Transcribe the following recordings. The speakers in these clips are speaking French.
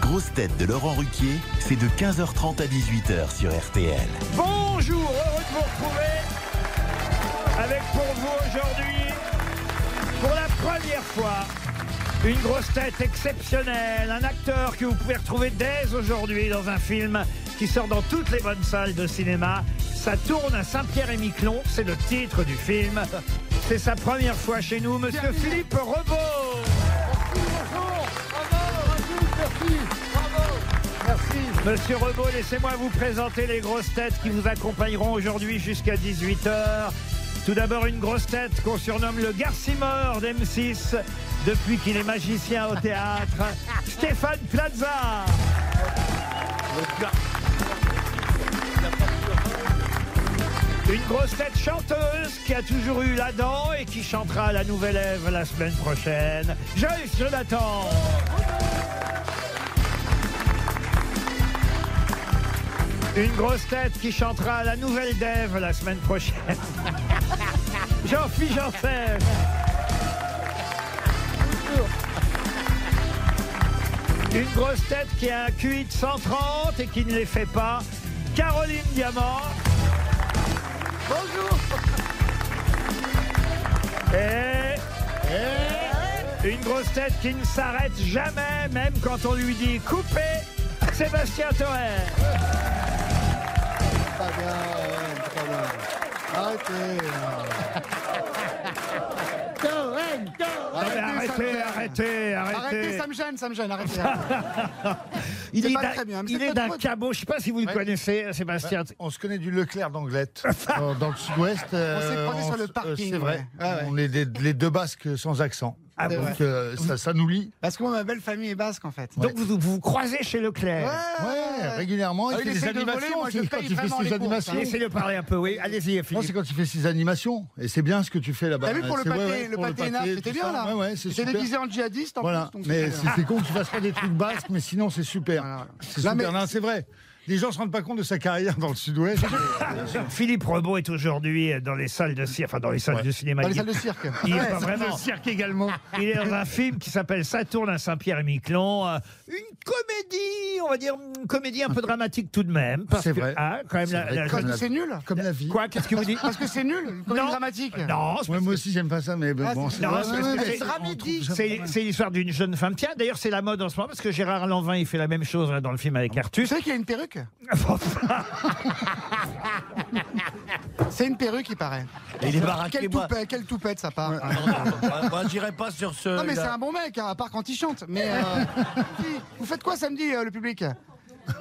grosses têtes de Laurent Ruquier, c'est de 15h30 à 18h sur RTL. Bonjour, heureux de vous retrouver avec pour vous aujourd'hui, pour la première fois, une grosse tête exceptionnelle, un acteur que vous pouvez retrouver dès aujourd'hui dans un film qui sort dans toutes les bonnes salles de cinéma. Ça tourne à Saint-Pierre-et-Miquelon, c'est le titre du film. C'est sa première fois chez nous, monsieur Philippe Rebaud. Monsieur Rebaud, laissez-moi vous présenter les grosses têtes qui vous accompagneront aujourd'hui jusqu'à 18h. Tout d'abord, une grosse tête qu'on surnomme le Garcimore d'M6 depuis qu'il est magicien au théâtre, Stéphane Plaza. Une grosse tête chanteuse qui a toujours eu la dent et qui chantera la nouvelle Ève la semaine prochaine, Joyce Jonathan. Une grosse tête qui chantera la nouvelle d'Ève la semaine prochaine. Jean-Philippe Janssen. Une grosse tête qui a un QI de 130 et qui ne les fait pas, Caroline Diamant. Bonjour. Et... Une grosse tête qui ne s'arrête jamais, même quand on lui dit coupez, Sébastien Toer. Pas bien, ouais, pas bien. Arrêtez. Cohen, Ah, mais arrêtez, arrêtez, arrêtez. Arrêtez, ça me gêne, ça me gêne, arrêtez. Il C'est est, pas d'un- très bien, mais il c'est est pas d'un trop- cabot. Je sais pas si vous le Ouais. connaissez, euh, Sébastien. Bah, on se connaît du Leclerc d'Anglette, dans, dans le sud-ouest. euh, croisés sur s- le euh, parking, C'est vrai. ouais. Ouais, ouais. On est des- les deux basques sans accent. Ah bon Donc euh, ça, ça nous lie. Parce que moi, ma belle famille est basque, en fait. Donc vous, vous vous croisez chez Leclerc. Ouais, régulièrement. Ah, il il fait des essaye de voler, animations. moi, je aussi, quand paye il fait vraiment les ses courses, animations. hein. Laissez-le parler un peu, oui. Allez-y, Non, c'est Philippe. quand il fait ses animations. Et c'est bien ce que tu fais là-bas. T'as vu pour le C'est- pâté, ouais, ouais, le pour pâté énarque, tout c'était ça. bien, là Ouais, ouais, c'est J'étais super. déguisé en djihadiste, en Voilà, plus, donc euh, mais c'est c'est c'est con que tu fasses pas des trucs basques, mais sinon c'est super. Voilà. C'est Non, super, mais- non, c'est vrai. Les gens se rendent pas compte de sa carrière dans le sud-ouest. Philippe Rebaud est aujourd'hui euh, dans les salles de cirque, enfin dans les salles de cinéma. Dans les Il- salles de cirque. Il est Ouais, pas vraiment. cirque également. Il est dans un film qui s'appelle Ça tourne à Saint-Pierre-et-Miquelon. Euh, Une comédie, on va dire, une comédie un peu dramatique tout de même. parce C'est que- vrai. Ah, quand même, C'est la- vrai, la- Parce comme que la- c'est nul. Comme la vie. Quoi Qu'est-ce que vous dites Parce que c'est nul, comme Non. dramatique. Non, c'est Ouais, moi aussi j'aime pas ça, mais bon, Ah, bon, c'est- c'est non, vrai. c'est- Ouais, ouais, c'est- mais- c'est dramédique. on trouve- C'est c'est l'histoire d'une jeune femme. Tiens, d'ailleurs, c'est la mode en ce moment parce que Gérard Lanvin, il fait la même chose là, dans le film avec Tu Artus. sais qu'il y a une perruque C'est une perruque, il paraît. Et il est baraqué, Quelle moi. toupette, quelle toupette ça part. Moi, moi, j'irai pas sur ce. Non, mais c'est là. un bon mec, hein, à part quand il chante. Mais euh, dis, vous faites quoi samedi, euh, le public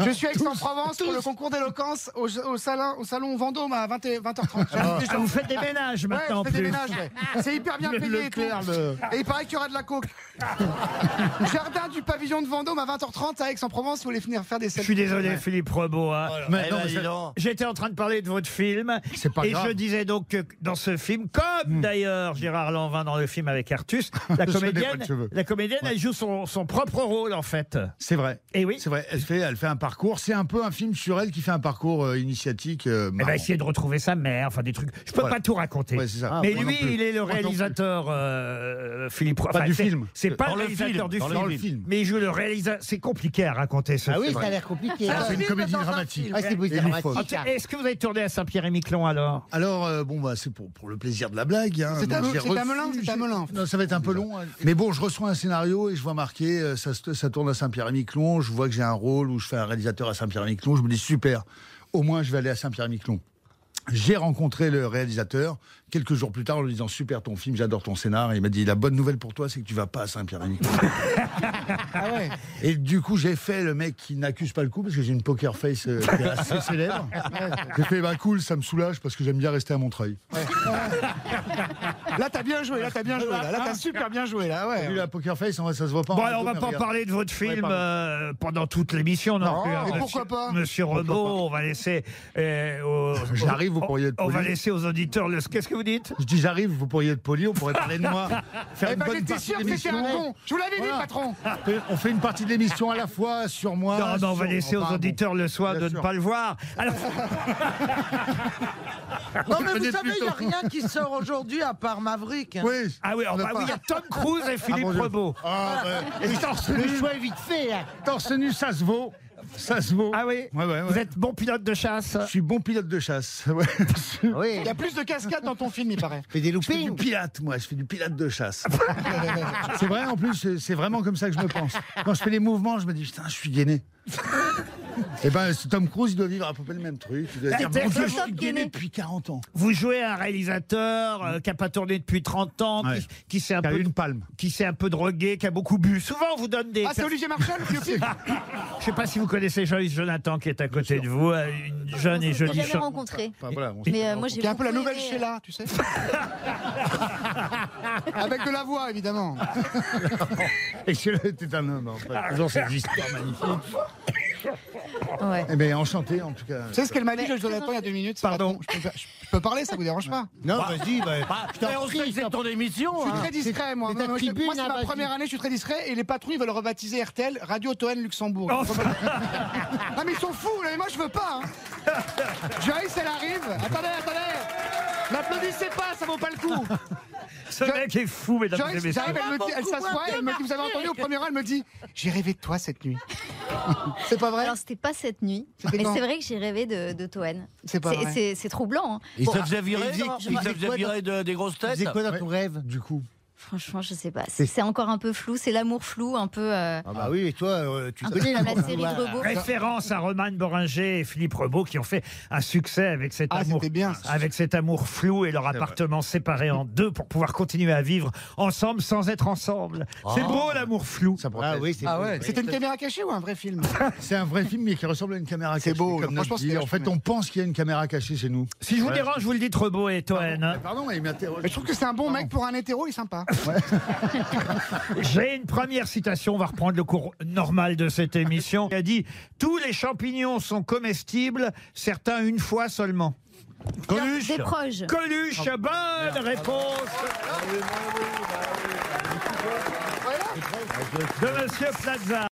je suis à Aix-en-Provence pour le concours d'éloquence au, au salon, au salon Vendôme à 20 20h30. J'invite des Ah, gens. vous faites des ménages Ouais, maintenant. je fais des plus. ménages, ouais. C'est hyper bien Le payé et tout. Leclerc, le- Et il paraît qu'il y aura de la coke. Jardin du pavillon de Vendôme à 20h30 à Aix-en-Provence, vous voulez finir faire des Je suis selfies. désolé, Philippe Rebaud. hein. Voilà. Mais Eh non, ben, mais dis ça- donc. J'étais en train de parler de votre film. C'est pas et grave. je disais donc que dans ce film, comme d'ailleurs Gérard Lanvin dans le film avec Artus, la Je n'ai pas de comédienne, cheveux. la comédienne elle joue son, son propre rôle en fait. C'est vrai. Eh oui. C'est vrai. Elle fait, elle fait un parcours. C'est un peu un film sur elle qui fait un parcours euh, initiatique. Eh euh, Elle ben, marrant. va essayer Eh ben, de retrouver sa mère, enfin des trucs. Je peux Voilà. pas tout raconter. Ouais, c'est ça. Ah, Mais Moi non lui, plus. il est le Moi non plus. réalisateur euh, Philippe. Pas du film. C'est pas Dans le le réalisateur film, du dans film. le film. Mais il joue le réalisateur. C'est compliqué à raconter ce Ah oui, film. ça a l'air compliqué. c'est Ah, une oui, comédie dans un dramatique. film. Ah, c'est Et lui, dramatique. faut- Ah, tiens, Est-ce que vous avez tourné à Saint-Pierre-et-Miquelon alors Alors, euh, bon, bah, c'est pour, pour le plaisir de la blague. hein. C'est à Donc, Melun, j'ai c'est à reçu- Melun, c'est à j'ai- Melun, en fait. Non, ça va être un peu long. hein. Mais bon, je reçois un scénario et je vois marqué, euh, ça, se- ça tourne à Saint-Pierre-et-Miquelon. Je vois que j'ai un rôle où je fais un réalisateur à Saint-Pierre-et-Miquelon. Je me dis, super, au moins je vais aller à Saint-Pierre-et-Miquelon. J'ai rencontré le réalisateur quelques jours plus tard en lui disant super ton film, j'adore ton scénar. Et il m'a dit la bonne nouvelle pour toi, c'est que tu vas pas à Saint-Pierre-et-Miquelon. Ah ouais. Et du coup, j'ai fait le mec qui n'accuse pas le coup, parce que j'ai une poker face euh, qui est assez célèbre. J'ai fait, bah cool, ça me soulage, parce que j'aime bien rester à Montreuil. Là, t'as bien joué, là, t'as bien joué. Là, Là, t'as super bien joué, là, ouais. Vu la poker face, en vrai, ça se voit pas. en Bon, radio, alors, on va Oh, mais pas regarde. parler de votre film pardon. euh, pendant toute l'émission, non, Non, plus, hein, mais monsieur- pourquoi pas Monsieur Rebaud, on va laisser euh, au- J'arrive vous pourriez être On va poli. laisser aux auditeurs le. Qu'est-ce que vous dites Je dis j'arrive, vous pourriez être poli, on pourrait parler de moi. Faire Eh une ben, bonne j'étais partie sûr de que c'était un l'émission. con. Je vous l'avais Voilà. dit, patron. On fait une partie de l'émission à la fois sur moi. Non, mais on va Ah, sur- laisser aux enfin, bon. auditeurs le soin bien de ne sûr. pas le voir. Alors, Non, mais Venez vous savez, il n'y a plutôt. rien qui sort aujourd'hui à part Maverick. hein. Oui. ah oui, On oh, n'a bah pas- oui, il y a Tom Cruise et Philippe mon Dieu. Rebaud. Ah, ouais. Et torse nu. Le choix est vite fait. hein. Torse nu, ça se vaut. Ça se vaut. Ah oui Ouais, ouais, ouais. Vous êtes bon pilote de chasse Je suis bon pilote de chasse. Ouais. Oui. Il y a plus de cascades dans ton film, il paraît. Fais des Je fais du loopings. pilate, moi. Je fais du pilate de chasse. c'est vrai, en plus, c'est- c'est vraiment comme ça que je me pense. Quand je fais les mouvements, je me dis, putain, je suis gainé. Et ben, ce Tom Cruise, il doit vivre à peu près le même truc. Il doit Bah, se dire, c'est bon Dieu, ça, je suis Tom gainé Gainé. depuis 40 ans. Vous jouez un réalisateur euh, qui n'a pas tourné depuis 30 ans, qui- Ouais. qui, s'est un Il a peu eu une palme. qui s'est un peu drogué, qui a beaucoup bu. Souvent, on vous donne des... Ah, c'est Olivier Marchal, le vieux type Je sais pas si vous connaissez Joyce Jonathan qui est à côté de vous, euh, une jeune et Je l'ai jolie jamais chanteuse. rencontré. Enfin, voilà, on- Mais euh, moi, j'ai Qui est un peu la beaucoup nouvelle aimé, euh, Sheila, tu sais. Avec de la voix, évidemment. Et Sheila était un homme, en fait. Ah, Toujours cette histoire magnifique. ouais. Eh bien, enchanté, en tout cas. Tu sais ce qu'elle m'a dit, je Jonathan, il y a deux minutes c'est Pardon. pas ton- Je peux, je peux parler, ça vous dérange pas Non, vas-y, Ah, bah, je Mais t'en on sait que prie. c'est ton émission. Je suis hein. très discret, moi. c'est ta Moi, je- tribune, moi, c'est là, ma vas-y. première année, je suis très discret. Et les patrons, ils veulent rebaptiser RTL Radio Toen Luxembourg. Oh. non, mais ils sont fous, là, mais moi, je veux pas. hein. Joyce, elle arrive. Attendez, attendez. N'applaudissez pas, ça vaut pas le coup. Ce Jo- mec est fou, mesdames et Joyce, messieurs. j'arrive, elle, me dit- elle s'assoit, elle me dit Vous avez entendu au premier rang, elle me dit J'ai rêvé de toi cette nuit. C'est pas vrai Alors, c'était pas cette nuit, C'était mais quand c'est vrai que j'ai rêvé de, de Toen. C'est pas vrai. c'est- C'est troublant. hein. Il Bon, se faisait virer, il faisait- non il il se faisait faisait quoi virer de- des grosses têtes. C'est quoi dans ton rêve Du coup. franchement, je sais pas. C'est c'est encore un peu flou. C'est l'amour flou, un peu. euh, Ah bah oui, et toi, euh, tu un peu connais comme la la série de Rebaux. Référence à Roman Boringer et Philippe Rebaud qui ont fait un succès avec cet Ah, amour c'était bien. avec cet amour flou et leur appartement séparé en deux pour pouvoir continuer à vivre ensemble sans être ensemble. C'est Ah. beau l'amour flou. Ça protège. Ah oui, c'est Ah ouais. C'était une caméra cachée ou un vrai film C'est un vrai film, mais qui ressemble à une caméra cachée. C'est beau, comme notre franchement, vie. c'était En fait, vachement on pense qu'il y a une caméra cachée chez nous. Si je vous dérange, vous le dites Rebaud et Toen. Ah hein. Mais Pardon, mais il m'interroge. Mais Je trouve que c'est un bon mec pour un hétéro, il est sympa. J'ai une première citation, on va reprendre le cours normal de cette émission. Il a dit Tous les champignons sont comestibles, certains une fois seulement. Coluche Des proches. Ah, Coluche, bonne réponse bah de Monsieur Plaza.